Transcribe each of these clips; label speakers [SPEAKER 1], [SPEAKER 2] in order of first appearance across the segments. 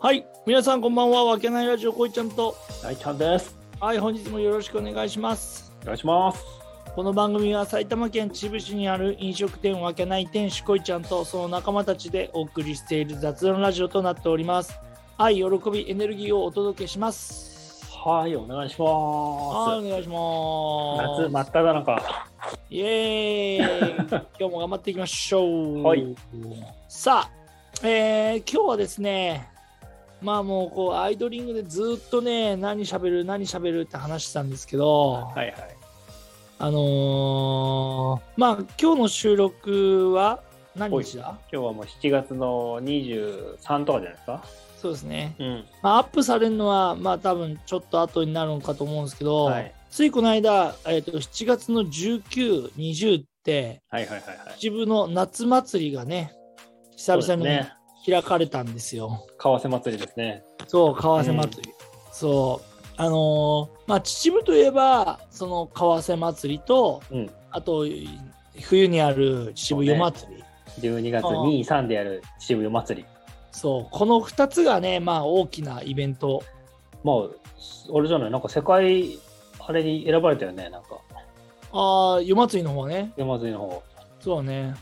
[SPEAKER 1] はい、皆さんこんばんは。わけないラジオこいちゃんと。
[SPEAKER 2] 大ちゃんです。
[SPEAKER 1] はい、本日もよろしくお願いします。
[SPEAKER 2] お願いします。
[SPEAKER 1] この番組は埼玉県秩父市にある飲食店わけない店主こいちゃんとその仲間たちでお送りしている雑談ラジオとなっております。愛、喜び、エネルギーをお届けします。
[SPEAKER 2] はい、お願いし
[SPEAKER 1] はい、お
[SPEAKER 2] ま
[SPEAKER 1] 願いします
[SPEAKER 2] す。。夏真っ只中。
[SPEAKER 1] イエ ーイ今日も頑張っていきましょう。
[SPEAKER 2] はい。
[SPEAKER 1] さあ、えー今日はですね、まあもうこうアイドリングでずっとね、何喋る、何喋るって話してたんですけど、
[SPEAKER 2] はいはい。
[SPEAKER 1] あのーまあ今日の収録は何日だ
[SPEAKER 2] 今日はもう7月の23とかじゃないですか。
[SPEAKER 1] そうですね、
[SPEAKER 2] うん。
[SPEAKER 1] まあ、アップされるのは、まあ多分ちょっと後になるのかと思うんですけど、
[SPEAKER 2] はい
[SPEAKER 1] ついこの間、えーと7月の19、20って、
[SPEAKER 2] はいはいはいはい。
[SPEAKER 1] 秩父の夏祭りがね、久々にね。開かれたんですよ。
[SPEAKER 2] 為替祭りですね。
[SPEAKER 1] そう、為替祭り。そう。あのーまあ、秩父といえば、その為替祭りと、
[SPEAKER 2] うん。
[SPEAKER 1] あと、冬にある秩父夜祭り。
[SPEAKER 2] 12月
[SPEAKER 1] あー
[SPEAKER 2] 2、3でやる秩父夜祭り。
[SPEAKER 1] そう、この2つがね、まあ、大きなイベント。
[SPEAKER 2] もう、あれじゃない、なんか世界、あれに選ばれたよね、なんか。
[SPEAKER 1] ああ、夜祭りの方ね。
[SPEAKER 2] 夜祭りの方。
[SPEAKER 1] そうね。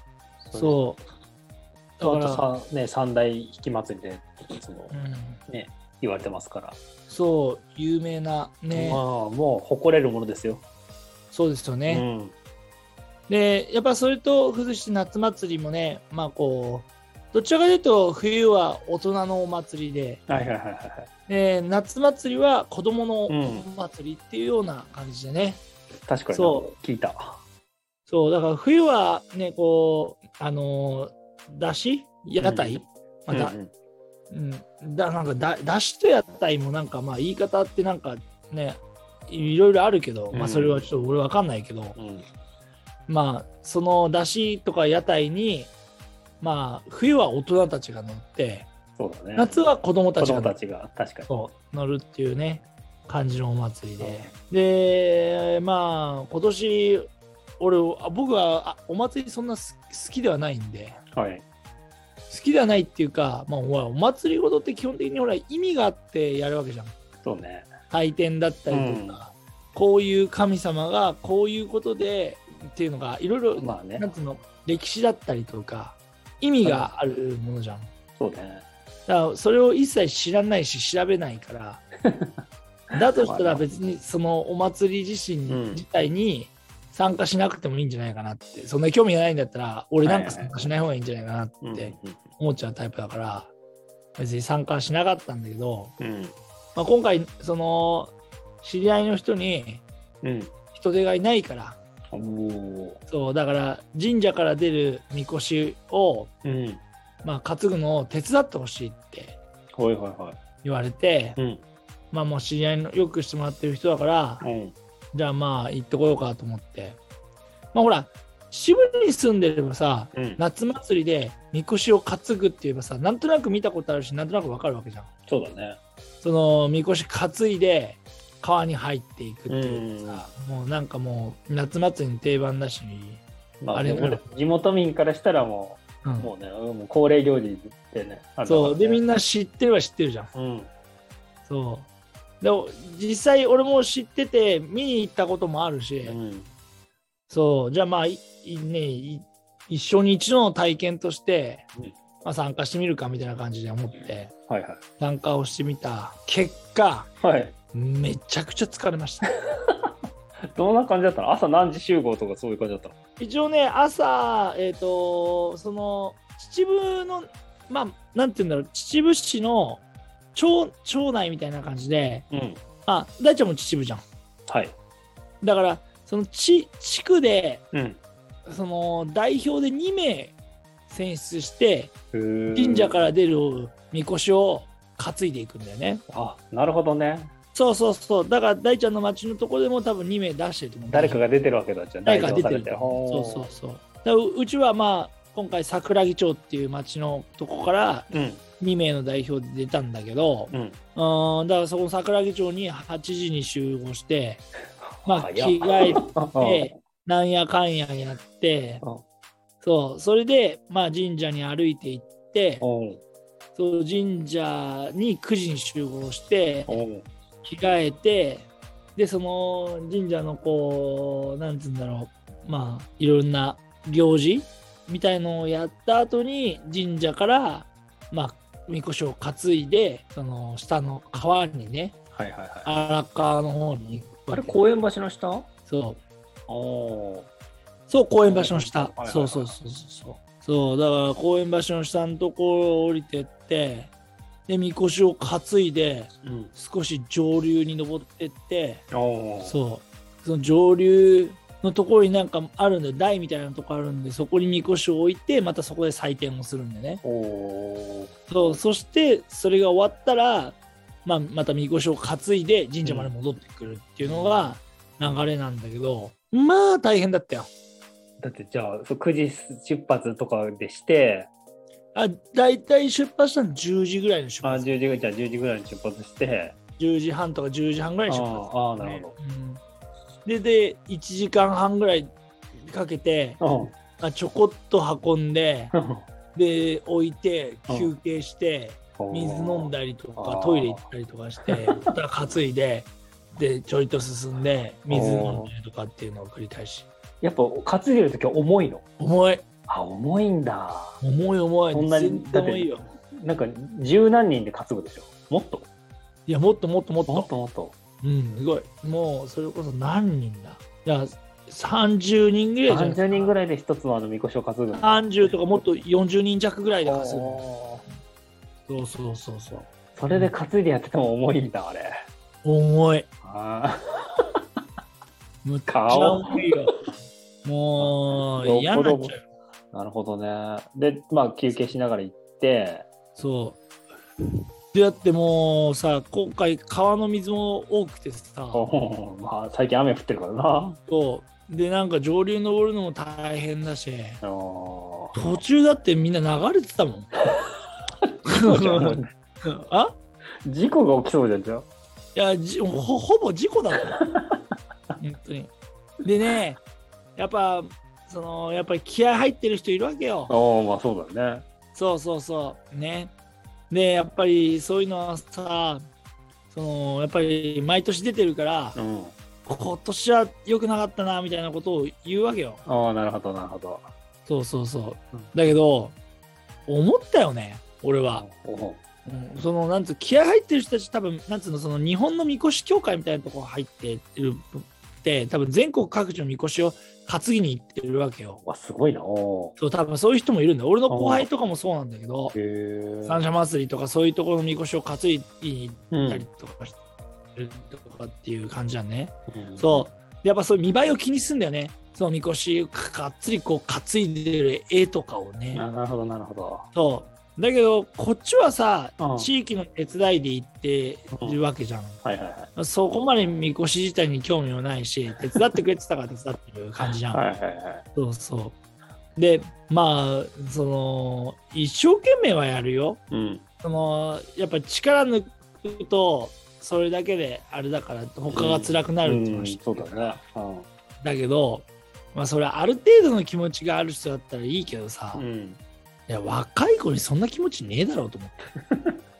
[SPEAKER 1] そう。だ
[SPEAKER 2] そ
[SPEAKER 1] か
[SPEAKER 2] うね。あと
[SPEAKER 1] ら、
[SPEAKER 2] さね、三大引き祭りで、いつも
[SPEAKER 1] うん、
[SPEAKER 2] 言われてますから。
[SPEAKER 1] そう、有名なね
[SPEAKER 2] ま、あ、もう誇れるものですよ。
[SPEAKER 1] そうですよね。
[SPEAKER 2] うん。
[SPEAKER 1] でやっぱそれと崩して夏祭りもねまあこうどちらかというと冬は大人のお祭りで
[SPEAKER 2] はいはいはいはいはい。
[SPEAKER 1] で夏祭りは子供のお
[SPEAKER 2] うん
[SPEAKER 1] 祭りっていうような感じでね、
[SPEAKER 2] 確かに
[SPEAKER 1] そ
[SPEAKER 2] 聞いた
[SPEAKER 1] そうだから冬はねこうあのーだし屋台、また、
[SPEAKER 2] うん
[SPEAKER 1] うん、だなんかだだしと屋台もなんかまあ言い方ってなんかねいろいろあるけど、ま
[SPEAKER 2] う
[SPEAKER 1] あ、
[SPEAKER 2] ん
[SPEAKER 1] それはちょっと俺わかんないけど、
[SPEAKER 2] うんうん
[SPEAKER 1] まあその出汁とか屋台にまあ冬は大人たちが乗って
[SPEAKER 2] そうだね
[SPEAKER 1] 夏は子供た
[SPEAKER 2] 子
[SPEAKER 1] ちが
[SPEAKER 2] 供
[SPEAKER 1] 乗
[SPEAKER 2] た
[SPEAKER 1] る
[SPEAKER 2] ちが確かに
[SPEAKER 1] そう乗るっていうね感じのお祭りででまあ今年俺あ僕はあお祭りそんな好き好きではないんで
[SPEAKER 2] はい
[SPEAKER 1] 好きではないっていうか、まあ、ほらお祭りごとって基本的にほら意味があってやるわけじゃん
[SPEAKER 2] そうね
[SPEAKER 1] 回転だったりとか、こういう神様がこういうことでっていうのがいろいろ
[SPEAKER 2] まあね
[SPEAKER 1] なんていうの歴史だったりとか意味があるものじゃん。
[SPEAKER 2] そうね
[SPEAKER 1] だからそれを一切知らないし調べない からだとしたら別にそのお祭り自身
[SPEAKER 2] うん
[SPEAKER 1] 自体に参加しなくてもいいんじゃないかなってそんな興味がないんだったら俺なんか参加しない方がいいんじゃないかなっ
[SPEAKER 2] うん
[SPEAKER 1] て思っちゃうタイプだから別に参加はしなかったんだけど、
[SPEAKER 2] うん
[SPEAKER 1] まあ、今回その知り合いの人に
[SPEAKER 2] うん
[SPEAKER 1] 人手がいないから
[SPEAKER 2] おお
[SPEAKER 1] そうだから神社から出るみこしを
[SPEAKER 2] うん
[SPEAKER 1] まあ、担ぐのを手伝ってほしいって
[SPEAKER 2] はいはいは
[SPEAKER 1] 言われて、
[SPEAKER 2] いうん
[SPEAKER 1] まあもう知り合いのよくしてもらってる人だから、
[SPEAKER 2] うん
[SPEAKER 1] じゃあまあ行ってこようかと思って。まあほら、渋谷に住んでればさ、
[SPEAKER 2] うん
[SPEAKER 1] 夏祭りでみこしを担ぐって言えばさ、なんとなく見たことあるし、なんとなくわかるわけじゃん。
[SPEAKER 2] そうだね
[SPEAKER 1] そのみこし担いで川に入っていくっていうさ、もうなんかもう夏祭りの定番だし、
[SPEAKER 2] ま
[SPEAKER 1] あれ
[SPEAKER 2] でも地元民からしたらも
[SPEAKER 1] うん
[SPEAKER 2] うもうねもう恒例行事でね
[SPEAKER 1] そう、でみん
[SPEAKER 2] な
[SPEAKER 1] な知ってるは知ってるじゃん。
[SPEAKER 2] うん
[SPEAKER 1] そう。でも実際俺も知ってて見に行ったこともあるし、
[SPEAKER 2] うん
[SPEAKER 1] そうじゃあまあいいねい一生に一度の体験として、
[SPEAKER 2] うん
[SPEAKER 1] まあ、参加してみるかみたいな感じで思って
[SPEAKER 2] はいは
[SPEAKER 1] 参加をしてみた結果
[SPEAKER 2] いはい
[SPEAKER 1] めちゃくちゃ疲れました
[SPEAKER 2] どんな感じだったの朝何時集合とかそういう感じだったの
[SPEAKER 1] 一応ね朝えっ、とその秩父のまあなんて言うんだろう秩父市の町町内みたいな感じで
[SPEAKER 2] うん
[SPEAKER 1] あ大ちゃんも秩父じゃん
[SPEAKER 2] はい
[SPEAKER 1] だからその地地区で
[SPEAKER 2] うん
[SPEAKER 1] その代表で2名選出して神
[SPEAKER 2] 神
[SPEAKER 1] 社から出るみこしを担いでいくんだよね。
[SPEAKER 2] あなるほどね
[SPEAKER 1] そうそうそう。だから大ちゃんの町のところでも多分2名出してると思う。
[SPEAKER 2] 誰かが出てるわけだじゃん
[SPEAKER 1] 誰かが出てる
[SPEAKER 2] 代
[SPEAKER 1] そう
[SPEAKER 2] 表さ
[SPEAKER 1] そ
[SPEAKER 2] れ
[SPEAKER 1] うそう。だからううちはまあ今回桜木町っていう町のとこから
[SPEAKER 2] ほー
[SPEAKER 1] 2名の代表で出たんだけど、
[SPEAKER 2] うんうん
[SPEAKER 1] うん、だからそこの桜木町に8時に集合して、まあ
[SPEAKER 2] 早っ
[SPEAKER 1] 着替
[SPEAKER 2] あ
[SPEAKER 1] えて、なんやかんややって
[SPEAKER 2] あ、
[SPEAKER 1] そう、それでまあ神社に歩いて行って、
[SPEAKER 2] うん
[SPEAKER 1] そう神社に9時に集合して
[SPEAKER 2] おう
[SPEAKER 1] 着替えてでその神社のこうなんつうんだろうまあいろんな行事みたいのをやった後に神社からまあみこしを担いでその下の川にね
[SPEAKER 2] はいはいはい。
[SPEAKER 1] 荒川の方に行く
[SPEAKER 2] あ
[SPEAKER 1] わ
[SPEAKER 2] れ、
[SPEAKER 1] け
[SPEAKER 2] 公園橋の下
[SPEAKER 1] そう
[SPEAKER 2] おお
[SPEAKER 1] そう公園場所の下、
[SPEAKER 2] はいはいはい
[SPEAKER 1] そうそうそうそうそうだから公園場所の下のところを降りてってでみこしを担いで
[SPEAKER 2] ー。うん。
[SPEAKER 1] 少し上流に登ってって
[SPEAKER 2] おお。
[SPEAKER 1] そうその上流のところになんかあるんだよ台みたいなとこあるんでそこにみこしを置いてまたそこで祭典をするんだよね
[SPEAKER 2] おお。
[SPEAKER 1] そうそしてそれが終わったら、まあ、またみこしを担いで神社まで戻ってくるっていうのが流れなんだけど、まあ大変だったよ
[SPEAKER 2] だってじゃあ、そう9時出発とかでして、
[SPEAKER 1] あ大体出発したの10時ぐらいの出
[SPEAKER 2] あ
[SPEAKER 1] 発
[SPEAKER 2] 10時ぐらい、じゃあ10時ぐらいに出発して、
[SPEAKER 1] 10時半とか10時半ぐらいに出発
[SPEAKER 2] あーあーなるほ
[SPEAKER 1] うんでで1時間半ぐらいかけて、
[SPEAKER 2] うん。
[SPEAKER 1] まあ、ちょこっと運んでで置いて
[SPEAKER 2] うん
[SPEAKER 1] 休憩して 水飲ん
[SPEAKER 2] だ
[SPEAKER 1] だりと
[SPEAKER 2] あ
[SPEAKER 1] か
[SPEAKER 2] ー
[SPEAKER 1] トイレ行ったりとか してまた担いででちょいと進んで水飲んだりとかっていうのを繰り返し
[SPEAKER 2] やっぱ担いでる時は重いの
[SPEAKER 1] 重い
[SPEAKER 2] あ重いんだ
[SPEAKER 1] 重い重い
[SPEAKER 2] そんなに
[SPEAKER 1] 全然重いよ
[SPEAKER 2] なんか十何人で担ぐでしょもっと
[SPEAKER 1] いやもっともっともっ
[SPEAKER 2] も
[SPEAKER 1] と
[SPEAKER 2] っともっと
[SPEAKER 1] うん、すごい。もう、それこそ何人だいや、30人ぐらいじゃない
[SPEAKER 2] 30人ぐ
[SPEAKER 1] らい。
[SPEAKER 2] らいで一つのあのみこしを担ぐの
[SPEAKER 1] 30とかもっと40人弱ぐらいで稼ぐ。
[SPEAKER 2] おー
[SPEAKER 1] そうそうそうそう。
[SPEAKER 2] それで担いでやってても重いんだあれ
[SPEAKER 1] 重い。
[SPEAKER 2] あ
[SPEAKER 1] むっちゃ重いよ。もう、
[SPEAKER 2] よっぽど
[SPEAKER 1] 嫌になっちゃう。
[SPEAKER 2] ーなるほどねでまあ休憩しながら行って
[SPEAKER 1] そう。で、だってもうさ、今回川の水も多くてさ、
[SPEAKER 2] おーまあ最近雨降ってるからな
[SPEAKER 1] そう。で、なんか上流登るのも大変だし、
[SPEAKER 2] おー
[SPEAKER 1] 途中だってみんな流れてたもん。 あ
[SPEAKER 2] 事故が起きそうじゃんじゃあ
[SPEAKER 1] いやじほほぼ事故だもん本当にでねやっぱそのやっぱり気合入ってる人いるわけよ
[SPEAKER 2] おーまあそうだね
[SPEAKER 1] そうそうそうねでやっぱりそういうのはさそのやっぱり毎年出てるから
[SPEAKER 2] うん
[SPEAKER 1] 今年は良くなかったなみたいなことを言うわけよ
[SPEAKER 2] ああなるほどなるほど
[SPEAKER 1] そうそうそう
[SPEAKER 2] うん
[SPEAKER 1] だけど思ったよね俺は、
[SPEAKER 2] おー
[SPEAKER 1] うんそのなんつう気合入ってる人たち多分なんつうのその日本のみこし協会みたいなとこ入ってるって多分全国各地のみこしを担ぎに行ってるわけよ
[SPEAKER 2] わすごいなお
[SPEAKER 1] そう多分そういう人もいるんだよ俺の後輩とかもそうなんだけど
[SPEAKER 2] ーへえ
[SPEAKER 1] 三社祭りとかそういうところのみこしを担いに
[SPEAKER 2] う
[SPEAKER 1] 行
[SPEAKER 2] ん
[SPEAKER 1] ったりとかしてるとかっていう感じだね、
[SPEAKER 2] うん
[SPEAKER 1] そうでやっぱそういう見栄えを気にするんだよねそのみこしかがっつりこう担いでる絵とかをね、
[SPEAKER 2] あなるほどなるほど
[SPEAKER 1] そうだけどこっちはさ、
[SPEAKER 2] うん
[SPEAKER 1] 地域の手伝いで行ってるわけじゃん、
[SPEAKER 2] はいはいはい
[SPEAKER 1] そこまでみこし自体に興味もないし手伝ってくれてたから手伝ってる感じじゃん、
[SPEAKER 2] はいはいはい
[SPEAKER 1] そうそうでまあその一生懸命はやるよ
[SPEAKER 2] うん
[SPEAKER 1] そのやっぱ力抜くとそれだけであれだから他が辛くなるっていうのは知って
[SPEAKER 2] そ
[SPEAKER 1] る
[SPEAKER 2] うだねうん
[SPEAKER 1] だけどまあそれある程度の気持ちがある人だったらいいけどさ、
[SPEAKER 2] うん
[SPEAKER 1] いや若い子にそんな気持ちねえだろうと思って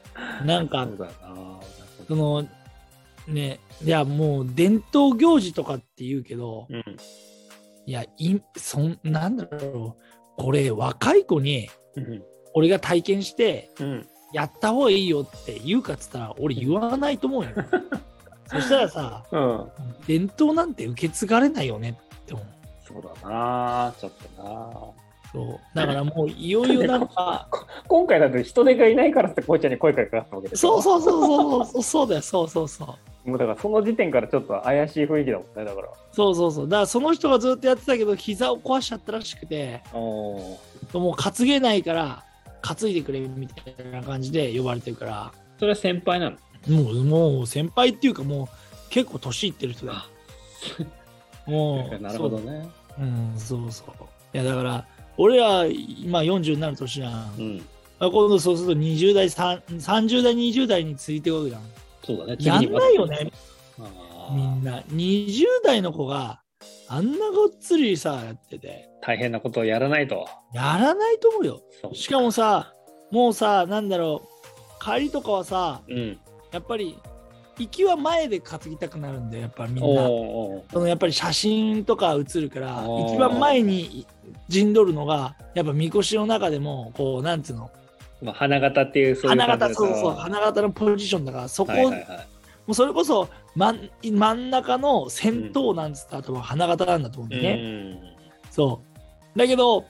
[SPEAKER 1] なん
[SPEAKER 2] そ
[SPEAKER 1] か
[SPEAKER 2] うだよな
[SPEAKER 1] そのねいやもう伝統行事とかって言うけど
[SPEAKER 2] うん
[SPEAKER 1] いやいそんなんだろうこれ若い子に
[SPEAKER 2] うん
[SPEAKER 1] 俺が体験して
[SPEAKER 2] うん
[SPEAKER 1] やった方がいいよって言うかっつったら俺言わないと思う よそしたらさ
[SPEAKER 2] うん
[SPEAKER 1] 伝統なんて受け継がれないよねって思う
[SPEAKER 2] そうだなちょっとな
[SPEAKER 1] そうだからもういよいよなん か
[SPEAKER 2] 今回だって人手がいないからってこいちゃんに声かけたわけでし
[SPEAKER 1] そ
[SPEAKER 2] ょ
[SPEAKER 1] うそうそうそうそうそうだよそうそうそう
[SPEAKER 2] もうだからその時点からちょっと怪しい雰囲気だもんねだから
[SPEAKER 1] そうそうそう。だからその人がずっとやってたけど、膝を壊しちゃったらしくて、
[SPEAKER 2] おー
[SPEAKER 1] もう担げないから、担いでくれみたいな感じで呼ばれてるから、
[SPEAKER 2] それは先輩なの
[SPEAKER 1] もう、もう先輩っていうか、もう結構年いってる人だよ。 もう、
[SPEAKER 2] なるほどね
[SPEAKER 1] そう。うん、そうそう。いや、だから、俺ら今40になる年じゃん。
[SPEAKER 2] ん
[SPEAKER 1] まあ今度そうすると20代、さん30代、20代についていくわけじゃん。
[SPEAKER 2] そうだね
[SPEAKER 1] やんないよね、み
[SPEAKER 2] あ
[SPEAKER 1] んな。20代の子があんなごっつりさ、やってて。
[SPEAKER 2] ー大変なことをやらないと
[SPEAKER 1] やらないと思うよ。
[SPEAKER 2] そう
[SPEAKER 1] しかもさ、もうさなんだろう帰りとかはさ
[SPEAKER 2] うん。
[SPEAKER 1] やっぱり行きは前で担ぎたくなるんだよやっぱみん
[SPEAKER 2] おー
[SPEAKER 1] な
[SPEAKER 2] おー
[SPEAKER 1] そのやっぱり写真とか写るから
[SPEAKER 2] あー
[SPEAKER 1] 一番前に陣取るのがやっぱみこしの中でもこうなんつうの
[SPEAKER 2] まあ、花形っていう、そういう
[SPEAKER 1] 花
[SPEAKER 2] 感じ
[SPEAKER 1] 形そう
[SPEAKER 2] で
[SPEAKER 1] そうそう
[SPEAKER 2] さ
[SPEAKER 1] 花形のポジションだからそこ、
[SPEAKER 2] はいはいはい。
[SPEAKER 1] もうそれこそ真ん真ん中の先頭なんつったら多分花形なんだと思うんだよね。
[SPEAKER 2] うん
[SPEAKER 1] そう。だけど、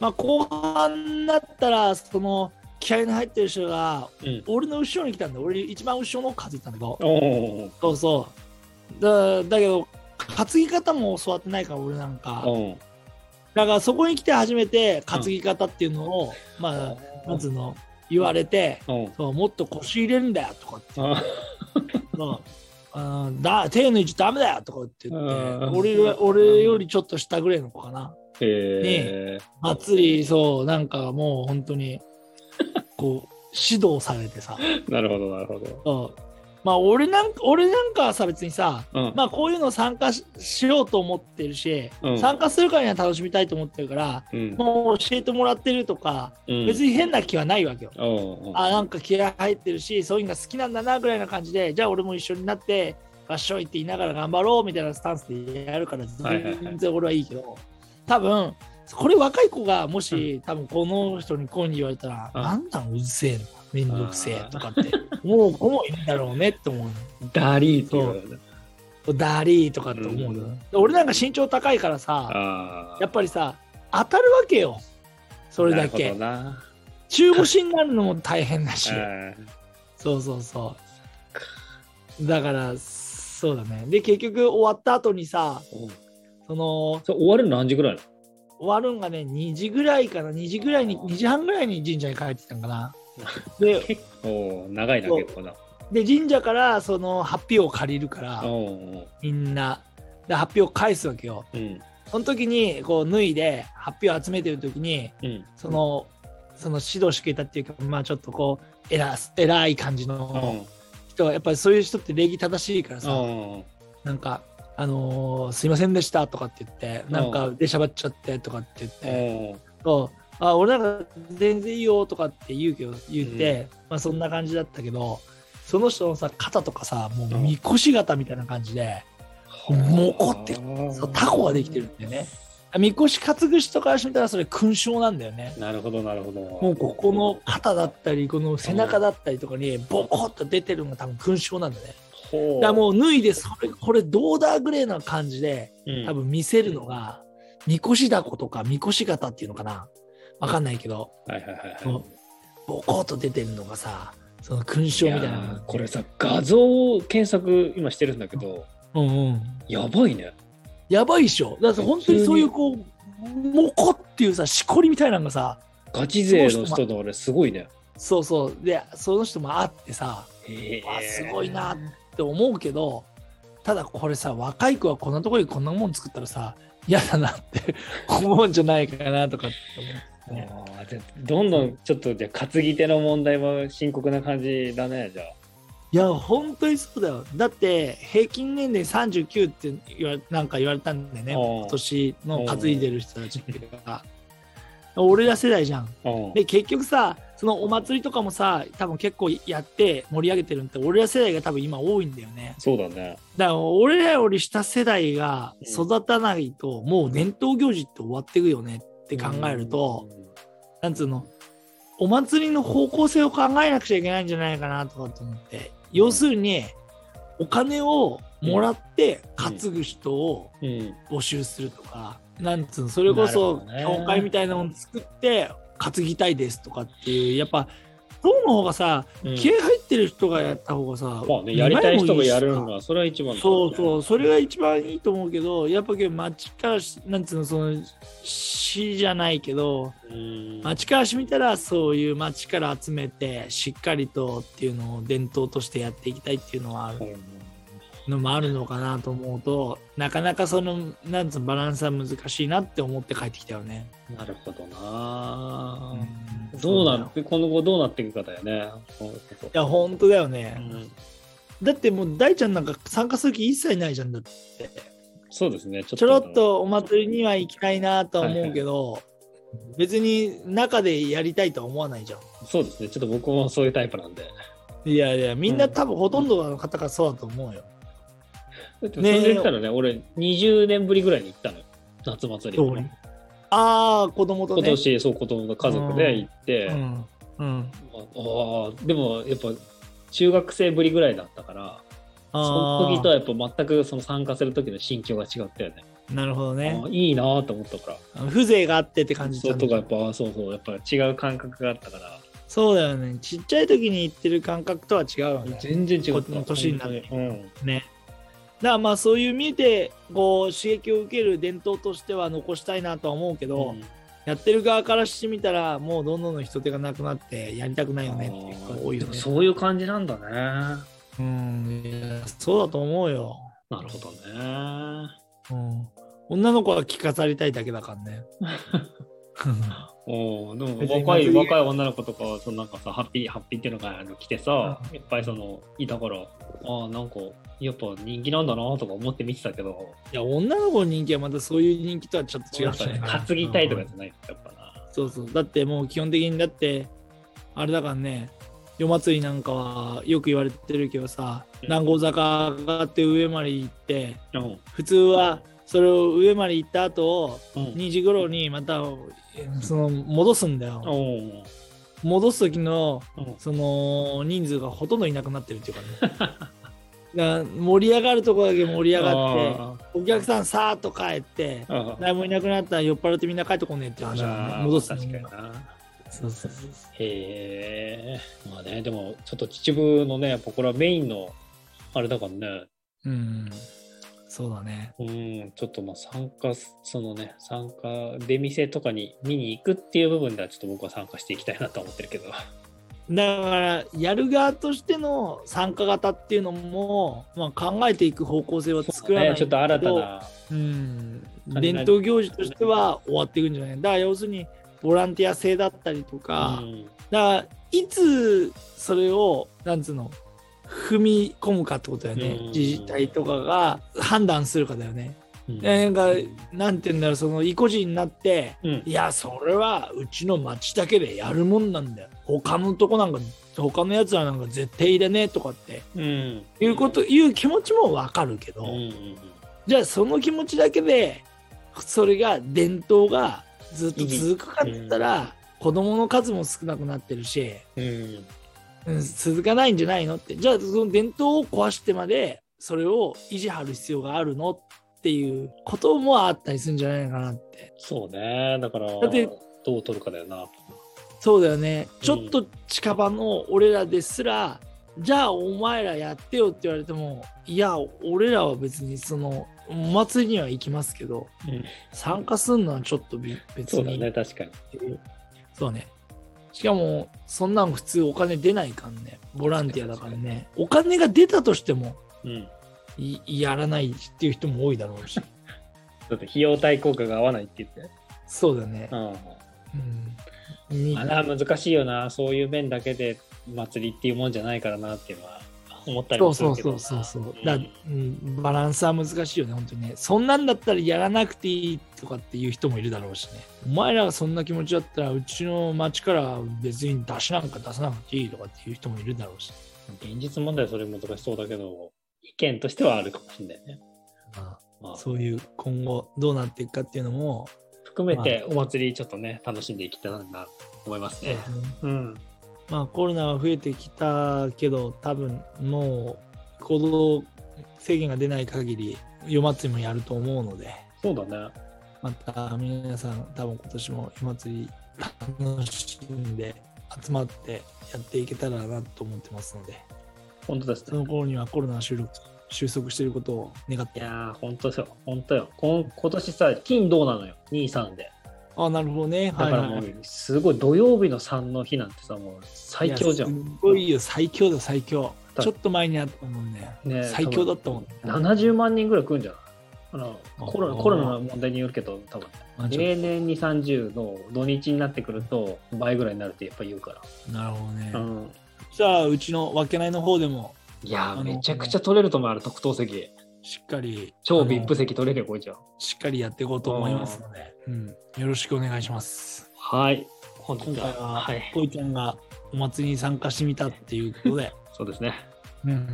[SPEAKER 1] まあ、後半になったら、その、気合いの入ってる人が、
[SPEAKER 2] うん。
[SPEAKER 1] 俺の後ろに来たんだ。俺、一番後ろの方数えたんだけど。
[SPEAKER 2] おー
[SPEAKER 1] そうそう。だだけど、担ぎ方も教わってないから、俺なんか。
[SPEAKER 2] おー。
[SPEAKER 1] だから、そこに来て初めて、担ぎ方っていうのを、まあ、なんつうの、言われて、
[SPEAKER 2] うん。うん
[SPEAKER 1] そうもっと腰入れるんだよとかって。
[SPEAKER 2] あ
[SPEAKER 1] そううんだ手抜いちゃダメだよとかって言って
[SPEAKER 2] うん
[SPEAKER 1] 俺より俺よりちょっと下ぐらいの子かな
[SPEAKER 2] ー。へえ。
[SPEAKER 1] がっつりそうなんかもう本当にこう 指導されてさ
[SPEAKER 2] なるほど、なるほど。
[SPEAKER 1] そうまあ俺なんか俺なんかはさ別にさ
[SPEAKER 2] うん。
[SPEAKER 1] まあこういうの参加ししようと思ってるし、
[SPEAKER 2] うん
[SPEAKER 1] 参加するからには楽しみたいと思ってるから
[SPEAKER 2] うん。
[SPEAKER 1] もう教えてもらってるとか
[SPEAKER 2] うん
[SPEAKER 1] 別に変な気はないわけよ、
[SPEAKER 2] おーおー
[SPEAKER 1] あなんか気合入ってるしそういうのが好きなんだなぐらいな感じでじゃあ俺も一緒になって合唱行って言いながら頑張ろうみたいなスタンスでやるから
[SPEAKER 2] はいはいはい
[SPEAKER 1] 全然俺はいいけど、多分これ若い子がもし、多分この人にこういうふうに言われたら、
[SPEAKER 2] うん
[SPEAKER 1] なんだうるせえなめんどくせえとかってもう子もいるんだろうねって思うの
[SPEAKER 2] ダリーっていうのがね
[SPEAKER 1] ダリーとかって思うの、
[SPEAKER 2] うん
[SPEAKER 1] で俺なんか身長高いからさ
[SPEAKER 2] あー
[SPEAKER 1] やっぱりさ当たるわけよそれだ
[SPEAKER 2] なる
[SPEAKER 1] け
[SPEAKER 2] ほどな
[SPEAKER 1] 中腰になるのも大変だし、
[SPEAKER 2] うん
[SPEAKER 1] そうそうそう。だから、そうだね。で、結局終わった後にさ、その、
[SPEAKER 2] そう終わるの何時ぐらい
[SPEAKER 1] 終わるんがね、2時ぐらいかな、2時ぐらいに、2時半ぐらいに神社に帰ってきたんか な。で、
[SPEAKER 2] 結構長いな、
[SPEAKER 1] そう
[SPEAKER 2] 結構な。
[SPEAKER 1] で神社から、その、ハッピーを借りるから、
[SPEAKER 2] お
[SPEAKER 1] みんな。で、ハッピーを返すわけよ。
[SPEAKER 2] ーうん。
[SPEAKER 1] その時に、こう、脱いで、ハッピーを集めてる時に、
[SPEAKER 2] うん。
[SPEAKER 1] その、その指導してくれたっていうか、まあちょっとこう、偉偉い感じの
[SPEAKER 2] お
[SPEAKER 1] 人は、やっぱりそういう人って礼儀正しいからさ、
[SPEAKER 2] ー
[SPEAKER 1] なんか、あのーすいませんでしたとかって言って、なんか、でしゃばっちゃってとかって言って、
[SPEAKER 2] おー
[SPEAKER 1] そうあ俺なんか全然いいよとかって言うけど、言って、まあそんな感じだったけど、その人のさ、肩とかさ、もう
[SPEAKER 2] うん
[SPEAKER 1] みこし型みたいな感じで、もこってそうタコができてるんだよね。あみこし担ぐ人からしてみたらそれ勲章なんだよね。
[SPEAKER 2] なるほど、なるほど。
[SPEAKER 1] もうここの肩だったり、この背中だったりとかに、ボコッと出てるのが多分勲章なんだね。
[SPEAKER 2] ほ
[SPEAKER 1] だ
[SPEAKER 2] う、
[SPEAKER 1] からもう脱いで、それ、これどうだぐらいな感じで、
[SPEAKER 2] うん、
[SPEAKER 1] 多分見せるのが、みこしだことか、みこし型っていうのかな、わかんないけど、
[SPEAKER 2] はいはいはい
[SPEAKER 1] そ
[SPEAKER 2] は
[SPEAKER 1] うボコッと出てるのがさ、その勲章
[SPEAKER 2] い。
[SPEAKER 1] みたい
[SPEAKER 2] いや
[SPEAKER 1] な
[SPEAKER 2] ーこれさ、画像検索今してるんだけど、
[SPEAKER 1] うんうん、
[SPEAKER 2] やばいね。
[SPEAKER 1] やばいっしょ、だから本当にそういうこう、もこっていうさ、しこりみたいなのがさ、
[SPEAKER 2] ガチ勢の人の俺、すごいね。
[SPEAKER 1] そうそう、で、その人もあってさ、
[SPEAKER 2] へ
[SPEAKER 1] わ
[SPEAKER 2] ー
[SPEAKER 1] すごいなって思うけど、ただこれさ、若い子はこんなところにこんなもん作ったらさ、嫌だなって思うんじゃないかなとかって思う、ね。
[SPEAKER 2] あーじゃあどんどんちょっとじゃあ担ぎ手の問題も深刻な感じだねじゃあ
[SPEAKER 1] いや、本当にそうだよ。だって、平均年齢39って言われなんか言われたんでね、
[SPEAKER 2] うん
[SPEAKER 1] 今年の担いでる人たちが。俺ら世代じゃん。
[SPEAKER 2] うん
[SPEAKER 1] で、結局さ、そのお祭りとかもさ、多分結構やって盛り上げてるんって、俺ら世代が多分今多いんだよね。
[SPEAKER 2] そうだね
[SPEAKER 1] だから、俺らより下世代が育たないと、もう伝統行事って終わっていくよねって考えると、なんつうの、お祭りの方向性を考えなくちゃいけないんじゃないかなとかと思って、要するに、お金をもらって担ぐ人を
[SPEAKER 2] うん、うん
[SPEAKER 1] 募集するとか、なんつうの、それこそ
[SPEAKER 2] なるほどね
[SPEAKER 1] 教会みたいなもの作って担ぎたいですとかっていう、やっぱ、党の方がさ、
[SPEAKER 2] うん
[SPEAKER 1] 気合入ってる人がやった方がさ、
[SPEAKER 2] まあねやりたい人がやるの
[SPEAKER 1] が
[SPEAKER 2] がそれは一番だから
[SPEAKER 1] そ
[SPEAKER 2] ね
[SPEAKER 1] うそう、それが一番いいと思うけど、やっぱけど町からし、なんつうの、その、市じゃないけど、
[SPEAKER 2] うん
[SPEAKER 1] 町からしてみたら、そういう町から集めて、しっかりとっていうのを伝統としてやっていきたいっていうのはある
[SPEAKER 2] うん
[SPEAKER 1] のもあるのかなと思うと、なかなかその、なんつうの、バランスは難しいなって思って帰ってきたよね。
[SPEAKER 2] なるほどな、
[SPEAKER 1] ん
[SPEAKER 2] ど
[SPEAKER 1] そ
[SPEAKER 2] うな
[SPEAKER 1] だよ
[SPEAKER 2] って今後どうなっていくかだよねそういうこと
[SPEAKER 1] いや、本当だよ
[SPEAKER 2] う
[SPEAKER 1] ね。
[SPEAKER 2] ん
[SPEAKER 1] だってもう、大ちゃんなんか参加する気一切ないじゃんだって。
[SPEAKER 2] そうですねちょ
[SPEAKER 1] ちょろっとお祭りには行きたいなとは思うけど、別に中でやりたいとは思わないじゃん。
[SPEAKER 2] そうですね。ちょっと僕もそういうタイプなんで。
[SPEAKER 1] いやいや、みんな
[SPEAKER 3] うん
[SPEAKER 1] 多分ほとんどの方がそうだと思うよ。
[SPEAKER 2] だってそ
[SPEAKER 1] ねえ
[SPEAKER 2] れで言ったらね、俺20年ぶりぐらいに行ったのよ。夏祭り。
[SPEAKER 1] どうにああ、子供と
[SPEAKER 2] 今
[SPEAKER 1] ね。
[SPEAKER 2] 年、そう、子供が家族で行って、
[SPEAKER 1] う
[SPEAKER 2] ま
[SPEAKER 1] ん。うん。
[SPEAKER 2] ああーでもやっぱ中学生ぶりぐらいだったから、そ
[SPEAKER 1] あ
[SPEAKER 2] の
[SPEAKER 1] ー
[SPEAKER 2] 時とはやっぱ全くその参加する時の心境が違ったよね。
[SPEAKER 1] なるほどね
[SPEAKER 2] あ。ーいいなーと思ったから。
[SPEAKER 1] 風情があってって感じ
[SPEAKER 2] そう
[SPEAKER 1] ちゃん
[SPEAKER 2] と
[SPEAKER 1] と
[SPEAKER 2] かやっぱあーそうそうやっぱ違う感覚があったから
[SPEAKER 1] そうだよね。ちっちゃい時に行ってる感覚とは違うよね。
[SPEAKER 2] 全然違
[SPEAKER 1] こ
[SPEAKER 2] っ
[SPEAKER 1] の
[SPEAKER 2] た
[SPEAKER 1] 年になって
[SPEAKER 2] 本当にうん
[SPEAKER 1] ね。だからまあそういう見えてこう刺激を受ける伝統としては残したいなとは思うけど、
[SPEAKER 2] うん
[SPEAKER 1] やってる側からしてみたらもうどんどん人手がなくなってやりたくないよねっていう人多いよ
[SPEAKER 2] でも
[SPEAKER 1] ね。
[SPEAKER 2] そういう感じなんだね
[SPEAKER 1] うんいやそうだと思うよ、
[SPEAKER 2] なるほどね
[SPEAKER 1] うん。女の子は着飾りたいだけだから ね。
[SPEAKER 2] おー
[SPEAKER 1] 別
[SPEAKER 2] で
[SPEAKER 1] に
[SPEAKER 2] も若い
[SPEAKER 1] 祭り
[SPEAKER 2] 若い女の子とかはそのなんかさハッピーハッピーっていうのがあの来てさ
[SPEAKER 1] う
[SPEAKER 2] いっぱいそのいたからああなんかやっぱ人気なんだなとか思って見てたけど
[SPEAKER 1] いや女の子の人気はまたそういう人気とはちょっと違
[SPEAKER 2] や
[SPEAKER 1] う
[SPEAKER 2] っ
[SPEAKER 1] か
[SPEAKER 2] ぱ
[SPEAKER 1] ら
[SPEAKER 2] ね
[SPEAKER 1] ね
[SPEAKER 2] 担ぎたいとかじゃないやっぱな
[SPEAKER 1] そうそう。だってもう基本的にだって、あれだからね、夜祭りなんかはよく言われてるけどさ、
[SPEAKER 2] うん
[SPEAKER 1] 南郷坂上がって上まで行って、
[SPEAKER 2] うん
[SPEAKER 1] 普通はそれを上まで行った後、
[SPEAKER 2] うん
[SPEAKER 1] 2時頃にまたその戻すんだよ。
[SPEAKER 2] おー
[SPEAKER 1] 戻す時の
[SPEAKER 2] うん
[SPEAKER 1] その人数がほとんどいなくなってるっていうかね。 だから盛り上がるとこだけ盛り上がって、
[SPEAKER 2] あ
[SPEAKER 1] お客さんさーっと帰って、
[SPEAKER 2] ーあー
[SPEAKER 1] 誰もいなくなったら酔っ払ってみんな帰ってこねえって話だもん
[SPEAKER 2] あ
[SPEAKER 1] ね
[SPEAKER 2] ー
[SPEAKER 1] 戻すの
[SPEAKER 2] 確
[SPEAKER 1] に
[SPEAKER 2] かにな
[SPEAKER 1] そうそうそうそう
[SPEAKER 2] へえまあねでもちょっと秩父のねやっぱこれはメインのあれだからね
[SPEAKER 1] うん、そうだね。
[SPEAKER 2] うんちょっとまあ参加すそのね参加出店とかに見に行くっていう部分ではちょっと僕は参加していきたいなと思ってるけど
[SPEAKER 1] だから、やる側としての参加型っていうのも、まあ、考えていく方向性は作らない
[SPEAKER 2] ねちょっと新たな
[SPEAKER 1] うん、伝統行事としては終わっていくんじゃないだから、要するにボランティア制だったりとか、
[SPEAKER 2] うん
[SPEAKER 1] だから、いつそれを、なんつうの、踏み込むかってことだよね、
[SPEAKER 2] うん
[SPEAKER 1] 自治体とかが判断するかだよね。
[SPEAKER 2] うん
[SPEAKER 1] なんか、なんて言うんだろう、その、意固地になって、
[SPEAKER 2] うん
[SPEAKER 1] いや、それはうちの町だけでやるもんなんだよ。他のとこなんか、他のやつらなんか絶対入れねえとかって、
[SPEAKER 2] うん
[SPEAKER 1] いうこと、いう気持ちもわかるけど、
[SPEAKER 2] うんうん
[SPEAKER 1] じゃあその気持ちだけで、それが伝統がずっと続くかって言ったら、子供の数も少なくなってるし、
[SPEAKER 2] うんうん
[SPEAKER 1] うん、続かないんじゃないのって。じゃあその伝統を壊してまで、それを維持張る必要があるのっていうこともあったりするんじゃないかなって。
[SPEAKER 2] そうねだから
[SPEAKER 1] だって
[SPEAKER 2] どう取るかだよな
[SPEAKER 1] そうだよね、
[SPEAKER 2] ん
[SPEAKER 1] ちょっと近場の俺らですら、じゃあお前らやってよって言われても、いや、俺らは別にその、お祭りには行きますけど、
[SPEAKER 2] うん
[SPEAKER 1] 参加するのはちょっとび別
[SPEAKER 2] そうだ
[SPEAKER 1] に
[SPEAKER 2] ね確かに
[SPEAKER 1] っていう。そうね。しかも、そんなん普通お金出ないからね、ボランティアだからね、お金が出たとしても
[SPEAKER 2] うん
[SPEAKER 1] いやらないっていう人も多いだろう し、
[SPEAKER 2] だって費用対効果が合わないって言って
[SPEAKER 1] そうだね
[SPEAKER 2] う。ん
[SPEAKER 1] うんみ
[SPEAKER 2] あな難しいよなそういう面だけで祭りっていうもんじゃないからなっていうのは思ったり
[SPEAKER 1] そ
[SPEAKER 2] も
[SPEAKER 1] う
[SPEAKER 2] す
[SPEAKER 1] そ
[SPEAKER 2] る
[SPEAKER 1] う
[SPEAKER 2] けど
[SPEAKER 1] そ
[SPEAKER 2] な
[SPEAKER 1] うそうそう、
[SPEAKER 2] ん
[SPEAKER 1] だ、うん、バランスは難しいよね本当にねそんなんだったらやらなくていいとかっていう人もいるだろうしねお前らがそんな気持ちだったらうちの町から別に出しなんか出さなくていいとかっていう人もいるだろうし、
[SPEAKER 2] 現実問題はそれ難しそうだけど意見としてはあるかもしれないね、
[SPEAKER 1] ま
[SPEAKER 2] ま
[SPEAKER 1] あ、
[SPEAKER 2] あ、
[SPEAKER 1] そういう今後どうなっていくかっていうのも、
[SPEAKER 2] 含めてお祭りちょっとね楽しんでいきたいなと思いますねうん
[SPEAKER 1] まあコロナは増えてきたけど多分もう行動制限が出ない限り夜祭りもやると思うので
[SPEAKER 2] そうだね
[SPEAKER 1] また皆さん多分今年も夜祭り楽しんで集まってやっていけたらなと思ってますので
[SPEAKER 2] 本当です
[SPEAKER 1] そ
[SPEAKER 2] ね
[SPEAKER 1] の頃にはコロナが収録収束していることを願っ
[SPEAKER 2] い
[SPEAKER 1] てあ
[SPEAKER 2] やー本当ですよ本当よこん今年さ金どうなのよ23で
[SPEAKER 1] なるほどね
[SPEAKER 2] だ
[SPEAKER 1] は
[SPEAKER 2] か
[SPEAKER 1] いは
[SPEAKER 2] ら
[SPEAKER 1] い
[SPEAKER 2] も
[SPEAKER 1] は
[SPEAKER 2] う
[SPEAKER 1] い
[SPEAKER 2] すごい土曜日の3の日なんてさもう最強じゃ
[SPEAKER 1] いや
[SPEAKER 2] ん
[SPEAKER 1] すごいよ最強だ最強
[SPEAKER 2] だ
[SPEAKER 1] ちょっと前にあったもんね
[SPEAKER 2] ね
[SPEAKER 1] 最強だったもんね
[SPEAKER 2] 70万人ぐらい来るんじゃないあの
[SPEAKER 1] あ
[SPEAKER 2] コロナ
[SPEAKER 1] あー
[SPEAKER 2] コロナの問題によるけど多分
[SPEAKER 1] まあちょっ
[SPEAKER 2] 例年に30の土日になってくると倍ぐらいになるってやっぱ言うか
[SPEAKER 1] となるほどね、
[SPEAKER 2] ら、うん、
[SPEAKER 1] じゃあうちのわけないの方でも
[SPEAKER 2] い
[SPEAKER 1] あ
[SPEAKER 2] やー
[SPEAKER 1] の
[SPEAKER 2] めちゃくちゃ取れると思うあれ特等席
[SPEAKER 1] しっかり
[SPEAKER 2] 超
[SPEAKER 1] あの
[SPEAKER 2] VIP 席取れるよこいちゃん
[SPEAKER 1] しっかりやっていこうと思いますので、うん、よろしくお願いします
[SPEAKER 2] はい本当
[SPEAKER 1] 今
[SPEAKER 2] に
[SPEAKER 1] 回は、
[SPEAKER 2] はい
[SPEAKER 1] こいちゃんがお祭りに参加してみたっていうことで、
[SPEAKER 2] そうですね。
[SPEAKER 1] うん、は、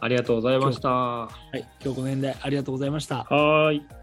[SPEAKER 2] ありがとうございました。はい
[SPEAKER 1] 今日この辺でありがとうございました。
[SPEAKER 2] ーい。